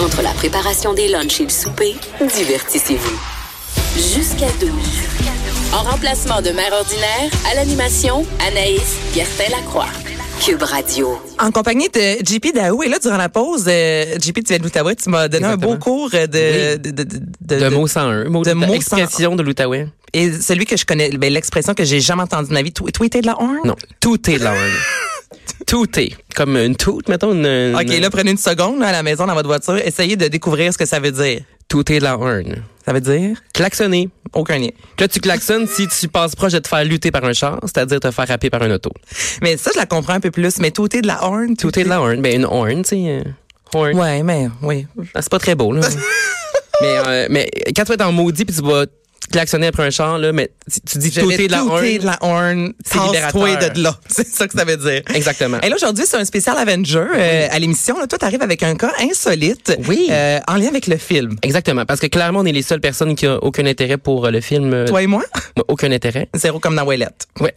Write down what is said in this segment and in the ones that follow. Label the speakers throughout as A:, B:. A: Entre la préparation des lunchs et le souper, divertissez-vous. Jusqu'à 12. En remplacement de mère ordinaire, à l'animation, Anaïs Gertin-Lacroix. Cube Radio.
B: En compagnie de JP Daou. Et là, durant la pause, euh, JP, tu viens de l'Outaouais, tu m'as donné
C: Exactement.
B: un beau cours de,
C: Oui.
B: de, de, de,
C: De
B: de-
C: mots 101. Mot
B: de
C: de
B: mots
C: expression de l'Outaouais.
B: Et celui que je connais, ben, l'expression que j'ai jamais entendue de ma vie, tw- tweeter de la horn?
C: Non, tout est langue. tout est. Comme une toute, mettons. Une, une-
B: OK, là, prenez une seconde là, à la maison, dans votre voiture. Essayez de découvrir ce que ça veut dire.
C: Tout est la horn.
B: Ça veut dire
C: Klaxonner.
B: aucun lien.
C: Là, tu klaxonnes si tu passes proche de te faire lutter par un char, c'est-à-dire te faire happer par un auto.
B: Mais ça, je la comprends un peu plus. Mais tout est de la horn.
C: Tout est de la horn. Ben, une horn, tu sais. euh, Horn.
B: Ouais, mais oui.
C: Ah, c'est pas très beau, là. mais, euh, mais quand tu vas être en maudit puis tu vas klaxonner après un char, là, mais tu, tu dis tout est de la
B: Tout est
C: horn.
B: de la horn.
C: C'est
B: Tasse-toi
C: libérateur.
B: de là. C'est ça que ça veut dire.
C: Exactement.
B: Et là, aujourd'hui, c'est un spécial Avenger euh, à l'émission. Là, toi, t'arrives avec un cas insolite.
C: Oui.
B: euh, en lien avec le film.
C: Exactement, parce que clairement, on est les seules personnes qui ont aucun intérêt pour euh, le film. euh,
B: Toi et moi,
C: moi, Aucun intérêt.
B: zéro comme dans Ouellette.
C: Ouais.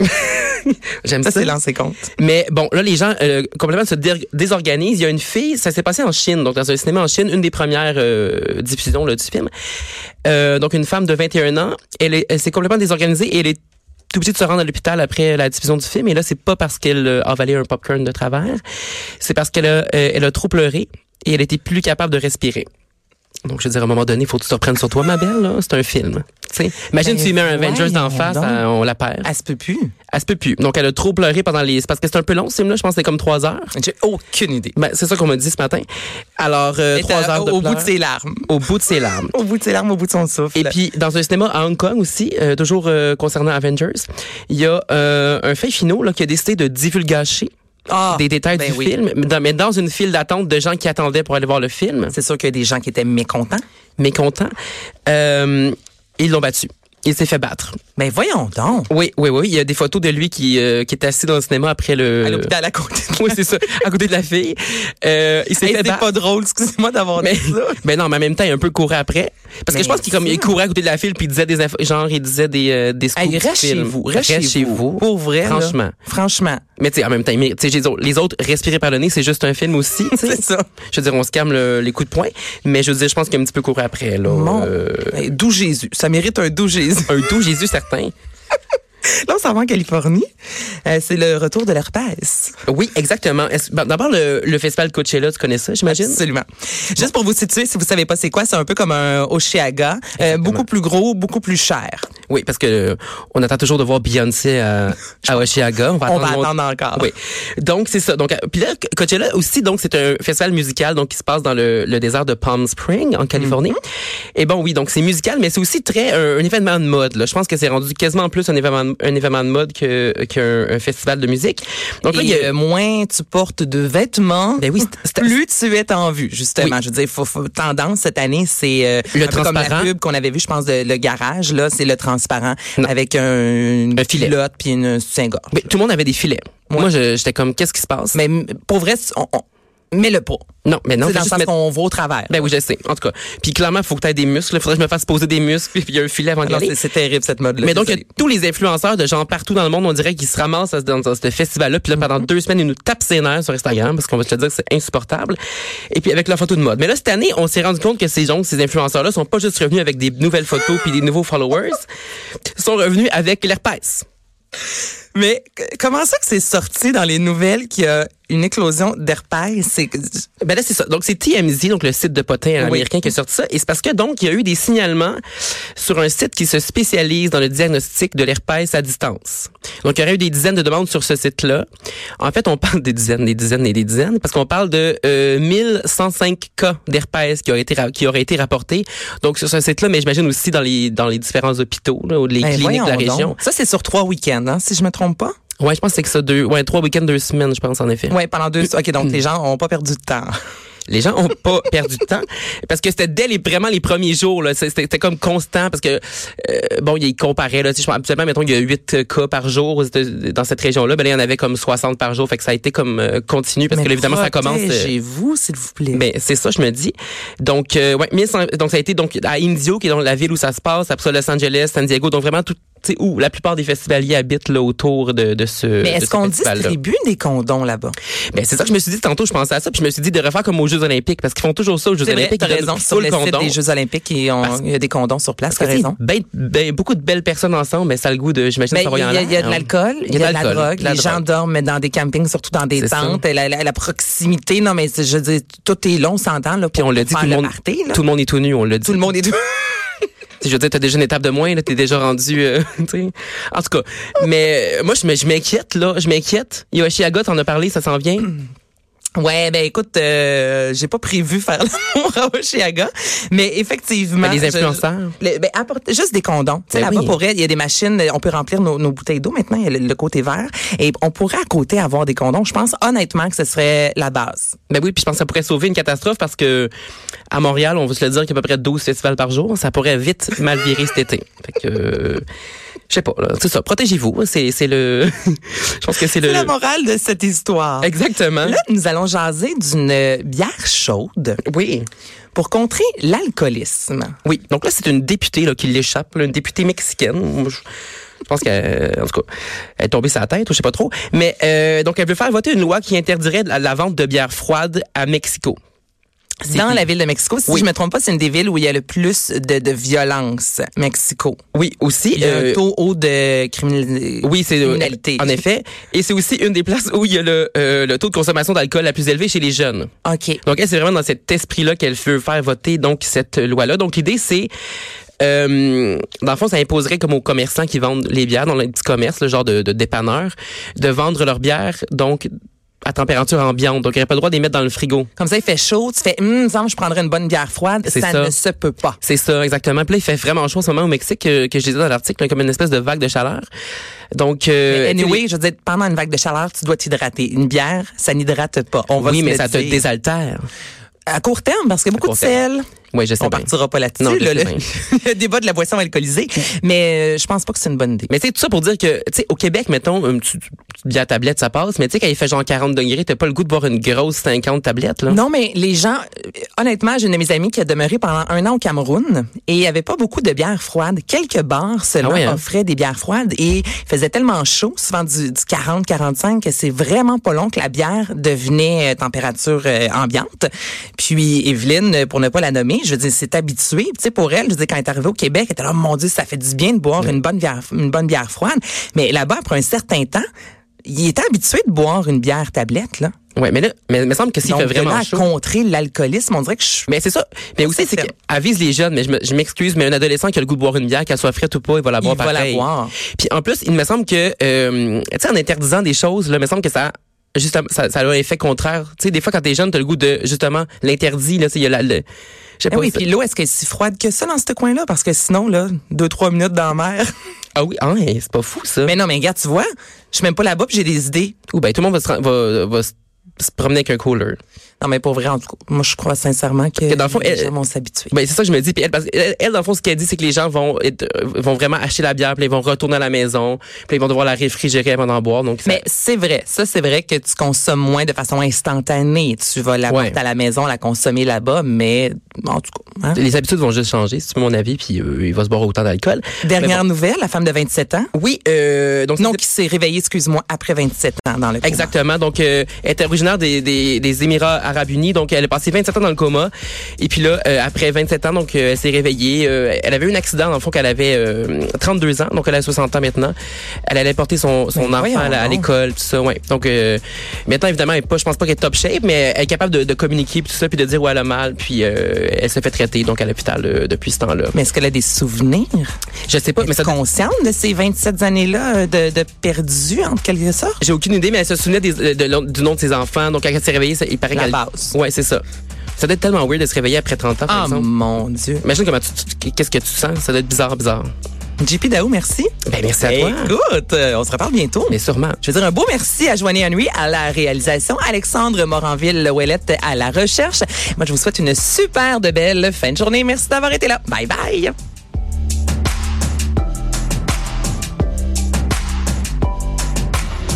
C: J'aime
B: Ça,
C: ça.
B: c'est lancé compte.
C: Mais bon, là, les gens euh, complètement se dé- désorganisent. Il y a une fille, ça s'est passé en Chine, donc dans un cinéma en Chine, une des premières euh, diffusions là, du film. Euh, donc, une femme de 21 ans, elle, est- elle s'est complètement désorganisée et elle est tout obligée de se rendre à l'hôpital après la diffusion du film. Et là, c'est pas parce qu'elle euh, a avalé un popcorn de travers, c'est parce qu'elle a, euh, elle a trop pleuré et elle était plus capable de respirer. Donc, je veux dire, à un moment donné, faut que tu te reprennes sur toi, ma belle. là. C'est un film. Tu sais, Imagine,
B: Ben,
C: tu lui mets un Avengers d'en
B: voyons
C: face,
B: donc.
C: euh, on la perd.
B: Elle se peut plus.
C: Elle se peut plus. Donc, elle a trop pleuré pendant les... c'est Parce que c'est un peu long, ce film-là. Je pense que c'est comme trois heures.
B: J'ai aucune idée.
C: Ben, c'est ça qu'on m'a dit ce matin. Alors, euh,
B: Et
C: trois
B: t'as-
C: heures de
B: au, au
C: pleurs.
B: bout Euh, de ses larmes.
C: Au bout de ses larmes.
B: Au bout de ses larmes, au bout de son souffle.
C: Et puis, dans un cinéma à Hong Kong aussi, euh, toujours euh, concernant Avengers, il y a euh, un fait finot là, qui a décidé de divulgacher
B: Ah,
C: des détails
B: ben
C: du
B: oui.
C: film, mais dans, mais dans une file d'attente de gens qui attendaient pour aller voir le film,
B: C'est sûr qu'il y a des gens qui étaient mécontents.
C: mécontents. Euh, ils l'ont battu. Il s'est fait battre.
B: Mais voyons donc.
C: Oui, oui, oui. Il y a des photos de lui qui, euh, qui est assis dans le cinéma après le...
B: À l'hôpital à côté. de-
C: Oui, c'est ça. À côté de la fille. Euh, il s'est
B: Hey,
C: fait
B: c'est
C: battre.
B: pas drôle, excusez-moi d'avoir
C: Mais,
B: dit ça.
C: mais non, mais en même temps, il a un peu couru après. Parce que
B: Mais
C: je pense qu'il comme,
B: Ben ça.
C: il courait à côté de la file puis il disait des infos, genre, il disait des, euh, des scoops
B: Hey,
C: du
B: reste chez
C: film.
B: vous, reste, chez vous. Pour vrai. là.
C: Franchement.
B: Franchement.
C: Mais tu sais, en même temps, mais, tu sais, les autres- les autres, respirer par le nez, c'est juste un film aussi. tu sais.
B: C'est ça.
C: Je veux dire, on se calme le- les coups de poing. Mais je veux dire, je pense qu'il a un petit peu couru après, là.
B: Mon.
C: Euh,
B: Hey, D'où Jésus. Ça mérite un doux Jésus.
C: un doux Jésus certain.
B: Là, on s'en va en Californie. Euh, c'est le retour de l'herpès.
C: Oui, exactement. Est-ce- ben, D'abord, le, le festival Coachella, tu connais ça, j'imagine?
B: Absolument. Juste pour vous situer, si vous savez pas c'est quoi, c'est un peu comme un Oshiaga. Euh, beaucoup plus gros, beaucoup plus cher.
C: Oui, parce que euh, on attend toujours de voir Beyoncé à, à Oshiaga. On va
B: On va
C: attendre,
B: attendre encore.
C: Ah Oui. Donc c'est ça. Donc euh, puis là Coachella aussi donc c'est un festival musical donc qui se passe dans le, le désert de Palm Springs en Californie.
B: Mm-hmm.
C: Et bon oui, donc c'est musical mais c'est aussi très un, un événement de mode là. Je pense que c'est rendu quasiment plus un événement un événement de mode que qu'un un festival de musique. Donc là il y
B: Et
C: a
B: euh, moins tu portes de vêtements,
C: Ben oui, c'est-
B: plus tu es en vue, justement.
C: Oui.
B: Je veux dire, faut, faut- tendance cette année, c'est euh,
C: Le
B: un peu comme la
C: transparent.
B: pub qu'on avait vu, je pense, de le garage. Là, c'est le transparent
C: Non.
B: avec un, une
C: Un filet.
B: culotte puis une soutien-gorge.
C: mais tout le monde avait des filets. Moi je- j'étais comme qu'est-ce qui se passe
B: Mais m- pour vrai, c'est- on, on- mets-le pas.
C: Non, mais
B: C'est dans
C: non, faut
B: le
C: juste
B: sens
C: mettre-
B: qu'on va au travers.
C: Ben oui, je sais. En tout cas, puis clairement, faut que tu aies des muscles. Faudrait que je me fasse poser des muscles, puis il y a un filet avant d'y
B: Non,
C: aller.
B: c'est- c'est terrible cette mode-là.
C: Mais donc, il y
B: désolée.
C: a tous les influenceurs de gens partout dans le monde, on dirait qu'ils se ramassent à- dans, dans ce festival-là. Puis là, pendant deux semaines, ils nous tapent ses nerfs sur Instagram parce qu'on va te le dire que c'est insupportable. Et puis avec leurs photos de mode. Mais là, cette année, on s'est rendu compte que ces gens, ces influenceurs-là, sont pas juste revenus avec des nouvelles photos puis des nouveaux followers. Ils sont revenus avec l'herpès.
B: Mais c- comment ça que c'est sorti dans les nouvelles qu'il y a une éclosion d'herpès? C'est que-
C: Ben là, c'est ça. Donc, c'est TMZ, donc le site de potins
B: Oui.
C: américain qui a sorti ça. Et c'est parce que, donc, il y a eu des signalements sur un site qui se spécialise dans le diagnostic de l'herpès à distance. Donc, il y aurait eu des dizaines de demandes sur ce site-là. En fait, on parle des dizaines, des dizaines et des dizaines, parce qu'on parle de euh, 1105 cas d'herpès qui auraient été, ra- qui auraient été rapportés. Donc, sur ce site-là, mais j'imagine aussi dans les, dans les différents hôpitaux, là, ou les
B: Ben,
C: cliniques de la
B: voyons donc.
C: région.
B: Ça, c'est sur trois week-ends, hein, si je me trompe pas.
C: Ouais, Hmm. je pense que c'est que ça deux, ouais, trois week-ends, deux semaines, je pense, en effet.
B: Ouais, pendant deux. OK, donc les gens ont pas perdu de temps.
C: Les gens ont pas perdu de temps parce que c'était dès les vraiment les premiers jours là, c'était c'était comme constant parce que euh, bon, ils comparaient là, tu sais, je pense, habituellement mettons il y a 8 cas par jour aux États- dans cette région-là, ben là, il y en avait comme 60 par jour, fait que ça a été comme euh, continu parce que là, évidemment ça commence euh,
B: Chez vous, s'il vous plaît.
C: ben c'est ça, je me dis. Donc, euh, ouais, 1100 donc ça a été donc à Indio, qui est dans la ville où ça se passe, après ça Los Angeles, San Diego, donc vraiment tout, tu sais, où la plupart des festivaliers habitent là autour de, de ce.
B: Mais
C: euh, de
B: est-ce
C: ce
B: qu'on
C: festival-là.
B: distribue des condoms là-bas?
C: Ben c'est ça que je me suis dit tantôt, je pensais à ça, puis je me suis dit de refaire comme aux Jeux Olympiques, parce qu'ils font toujours ça aux Jeux
B: C'est vrai,
C: Olympiques.
B: t'as
C: ils
B: raison.
C: donnent full
B: Sur le site
C: condom.
B: des Jeux Olympiques, et on-
C: Parce-
B: il y a des condoms sur place. T'as
C: Parce que
B: raison.
C: c'est ben- ben, beaucoup de belles personnes ensemble, mais ça a le goût de, j'imagine,
B: Mais
C: ça
B: Ben, il y,
C: va hein.
B: a- il y a de l'alcool, il y a de la drogue. Les gens dorment dans des campings, surtout dans des
C: C'est ça.
B: tentes. La, la- la proximité, non mais c'est- je dis tout est long, on s'entend là.
C: Puis
B: pour
C: on l'a dit,
B: faire
C: tout le, monde,
B: party, là.
C: tout le monde est tout nu, on l'a dit.
B: Tout le monde est tout.
C: Tu sais, je veux dire, t'as déjà une étape de moins, là, t'es déjà rendu, euh, tu sais. En tout cas, mais euh, moi, je me- je m'inquiète, là, je m'inquiète. Yoshiaga, t'en as parlé, ça s'en vient.
B: Ben, Ouais, ben écoute, euh, j'ai pas prévu faire l'amour à Oshiaga, mais effectivement.
C: Mais Ben, les
B: je-
C: influenceurs.
B: le- ben, apporte juste des condoms. Tu sais,
C: Ben
B: là-bas,
C: oui.
B: pour elle, il y a des machines, on peut remplir nos, nos bouteilles d'eau maintenant, il y a le, le côté vert. Et on pourrait à côté avoir des condoms. Je pense honnêtement que ce serait la base.
C: Ben oui, puis je pense que ça pourrait sauver une catastrophe parce que à Montréal, on veut se le dire qu'il y a à peu près 12 festivals par jour. Ça pourrait vite mal virer cet été. Fait que, euh, je sais pas, là. C'est ça, protégez-vous. C'est, c'est le, je pense que c'est le...
B: C'est la morale de cette histoire.
C: Exactement.
B: Là, nous allons jaser d'une euh, bière chaude
C: Oui.
B: pour contrer l'alcoolisme.
C: Oui. Donc là, c'est une députée là, qui l'échappe, là, une députée mexicaine. Moi, Je je pense qu'elle, en tout cas, elle est tombée sa tête, ou je sais pas trop. Mais euh, donc, elle veut faire voter une loi qui interdirait la, la vente de bière froide à Mexico. C'est-
B: Dans la ville de Mexico, si
C: Oui.
B: je me trompe pas, c'est une des villes où il y a le plus de, de violence, Mexico.
C: Oui, aussi.
B: Il y a
C: euh,
B: un taux haut de criminalité.
C: Oui, c'est euh,
B: Criminalité.
C: en effet, et c'est aussi une des places où il y a le, euh, le taux de consommation d'alcool la plus élevé chez les jeunes.
B: OK.
C: Donc, elle, c'est vraiment dans cet esprit-là qu'elle veut faire voter donc cette loi-là. Donc, l'idée, c'est... Euh, dans le fond, ça imposerait comme aux commerçants qui vendent les bières dans les petits commerces, le genre de, de dépanneurs, de vendre leurs bières donc à température ambiante. Donc, ils n'auraient pas le droit de les mettre dans le frigo.
B: Comme ça, il fait chaud, tu fais, hum, semble, je prendrais une bonne bière froide.
C: C'est
B: Ça,
C: ça.
B: ne se peut pas.
C: C'est ça, exactement. Puis là, il fait vraiment chaud en ce moment au Mexique, euh, que, que je disais dans l'article, là, comme une espèce de vague de chaleur. Donc, euh, tu sais,
B: anyway, je veux dire, pendant une vague de chaleur, tu dois t'hydrater. Une bière, ça n'hydrate pas. On va
C: oui,
B: se
C: mais
B: le
C: ça te
B: dire.
C: désaltère.
B: À court terme, parce qu'il y a beaucoup de
C: court terme.
B: sel.
C: Oui, je sais
B: On
C: bien.
B: partira pas là-dessus.
C: ben. Non, je
B: là,
C: sais
B: le,
C: bien.
B: le débat de la boisson alcoolisée. Mais euh, je pense pas que c'est une bonne idée.
C: Mais c'est tout ça pour dire que, tu sais, au Québec, mettons, hum, une petite petite bière tablette, ça passe, mais tu sais, quand il fait genre 40 degrés, t'as pas le goût de boire une grosse 50 tablette, là.
B: Non, mais les gens, euh, honnêtement, j'ai une de mes amies qui a demeuré pendant un an au Cameroun et il n'y avait pas beaucoup de bières froides. Quelques bars seulement
C: Ah ouais, hein?
B: offraient des bières froides et il faisait tellement chaud, souvent du, du 40, 45, que c'est vraiment pas long que la bière devenait euh, température euh, ambiante. Puis Evelyne, euh, pour ne pas la nommer, je veux dire, c'est habitué. Tu sais, pour elle, je veux dire, quand elle est arrivée au Québec, elle était là, Oh, mon Dieu, ça fait du bien de boire une bonne bière, une bonne bière froide. Mais là-bas, après un certain temps, il était habitué de boire une bière tablette, là.
C: Ouais, mais là, mais il me semble que s'il
B: Donc,
C: fait
B: de là
C: vraiment
B: à
C: chaud.
B: contrer l'alcoolisme, on dirait que je...
C: Mais c'est ça. Mais aussi, c'est
B: ferme.
C: qu'avise les jeunes, mais je me- je m'excuse, mais un adolescent qui a le goût de boire une bière, qu'elle soit frette ou pas, il va la boire
B: Il va la
C: pareil.
B: boire.
C: Puis en plus, il me semble que, euh, tu sais, en interdisant des choses, là, il me semble que ça justement, ça, ça a un effet contraire. Tu sais, des fois, quand t'es jeune, t'as le goût de, justement, l'interdit, là, tu sais, il y a la, le- je sais
B: Ah
C: pas.
B: oui,
C: ça-
B: puis l'eau, est-ce qu'elle est si froide que ça dans ce coin-là? Parce que sinon, là, deux, trois minutes dans la mer.
C: ah oui, ah, ouais, c'est pas fou, ça.
B: mais non, mais regarde, tu vois, je suis même pas là-bas puis j'ai des idées.
C: Ou ben tout le monde va se, ren- va, va se se promener avec un cooler.
B: Non, mais pour vrai, en tout cas, moi, je crois sincèrement que,
C: que dans le fond,
B: les
C: elle-
B: gens vont s'habituer.
C: Ben c'est ça que je me dis. Puis elle, parce que elle, elle, dans le fond, ce qu'elle dit, c'est que les gens vont être, euh, vont vraiment acheter la bière, puis ils vont retourner à la maison, puis ils vont devoir la réfrigérer avant d'en boire. Donc ça-
B: Mais c'est vrai, ça c'est vrai que tu consommes moins de façon instantanée. Tu vas la
C: Ouais.
B: porter à la maison, la consommer là-bas, mais en tout cas. hein.
C: les habitudes vont juste changer, c'est mon avis, puis euh, il va se boire autant d'alcool.
B: Dernière
C: Mais bon.
B: nouvelle, la femme de 27 ans.
C: Oui, euh, donc
B: Non, qui s'est réveillée, excuse-moi, après 27 ans dans le coma.
C: Exactement. Donc, euh, elle était originaire des, des, des Émirats arabes unis. Donc, elle a passé 27 ans dans le coma. Et puis là, euh, après 27 ans, donc, euh, elle s'est réveillée. Euh, elle avait eu un accident, dans le fond, qu'elle avait euh, 32 ans. Donc, elle a 60 ans maintenant. Elle allait porter son, son
B: Mais
C: enfant à, la- à
B: voyons donc.
C: l'école, tout ça. Ouais. Donc, euh, maintenant, évidemment, elle est pas, je pense pas qu'elle est top shape, mais elle est capable de, de communiquer, puis tout ça, puis de dire où elle a mal. Puis, euh, elle se fait traiter, donc, à l'hôpital euh, depuis ce temps-là.
B: Mais est-ce qu'elle a des souvenirs?
C: Je sais pas, mais ça...
B: consciente de ces 27 années-là euh, de, de perdu, en quelque sorte?
C: J'ai aucune idée, mais elle se souvenait des- de- de- du nom de ses enfants. Donc, quand elle s'est réveillée, ça- il paraît
B: La
C: qu'elle-
B: base.
C: Ouais, c'est ça. Ça doit être tellement weird de se réveiller après 30 ans, par
B: Ah,
C: exemple.
B: mon Dieu.
C: Imagine comment tu, tu- qu'est-ce que tu sens. Ça doit être bizarre, bizarre.
B: JP Daou, merci.
C: Ben, merci à toi.
B: Écoute, euh, on se reparle bientôt.
C: Mais sûrement.
B: Je veux dire un beau merci à Joanie Henry à la réalisation, Alexandre Moranville-Ouellette à la recherche. Moi, je vous souhaite une super de belle fin de journée. Merci d'avoir été là. Bye bye.